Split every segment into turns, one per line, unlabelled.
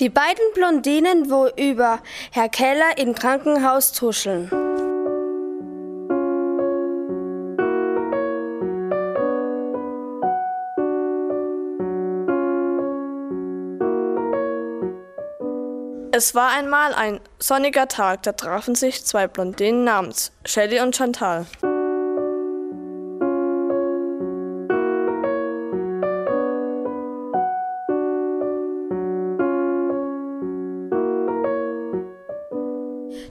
Die beiden Blondinen, worüber Herr Keller im Krankenhaus tuscheln.
Es war einmal ein sonniger Tag, da trafen sich zwei Blondinen namens Shelley und Chantal.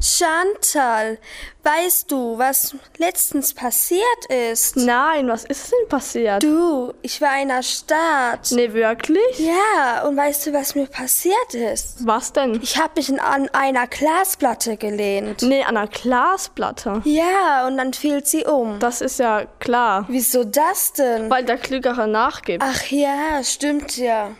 Chantal, weißt du, was letztens passiert ist?
Nein, was ist denn passiert?
Du, ich war in der Stadt.
Nee, wirklich?
Ja, und weißt du, was mir passiert ist?
Was denn?
Ich habe mich in, an einer Glasplatte gelehnt.
Nee, an einer Glasplatte.
Ja, und dann fiel sie um.
Das ist ja klar,
Wieso das denn?
weil der Klügere nachgibt.
Ach ja, stimmt ja.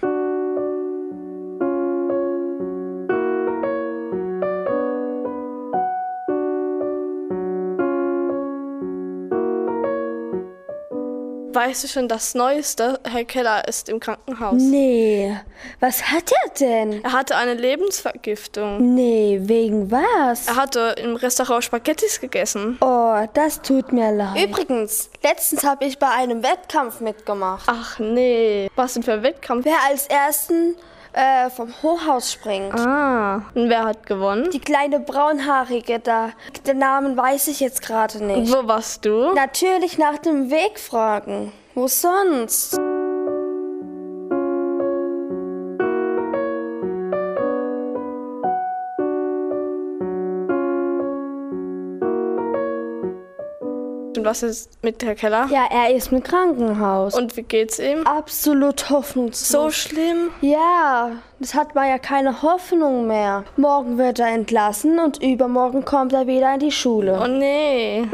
Weißt du schon das Neueste? Herr Keller ist im Krankenhaus.
Nee, was hat er denn?
Er hatte eine Lebensvergiftung.
Nee, wegen was?
Er hatte im Restaurant Spaghettis gegessen.
Oh, das tut mir leid. Übrigens, letztens habe ich bei einem Wettkampf mitgemacht.
Ach nee, was denn für ein Wettkampf?
Wer als Ersten äh, vom Hochhaus springt.
Ah, und wer hat gewonnen?
Die kleine braunhaarige da. Den Namen weiß ich jetzt gerade nicht.
Wo warst du?
Natürlich nach dem Weg fragen. Wo sonst?
Und was ist mit Herr Keller?
Ja, er ist im Krankenhaus.
Und wie geht's ihm?
Absolut hoffnungslos.
So schlimm?
Ja, das hat man ja keine Hoffnung mehr. Morgen wird er entlassen und übermorgen kommt er wieder in die Schule.
Oh nee.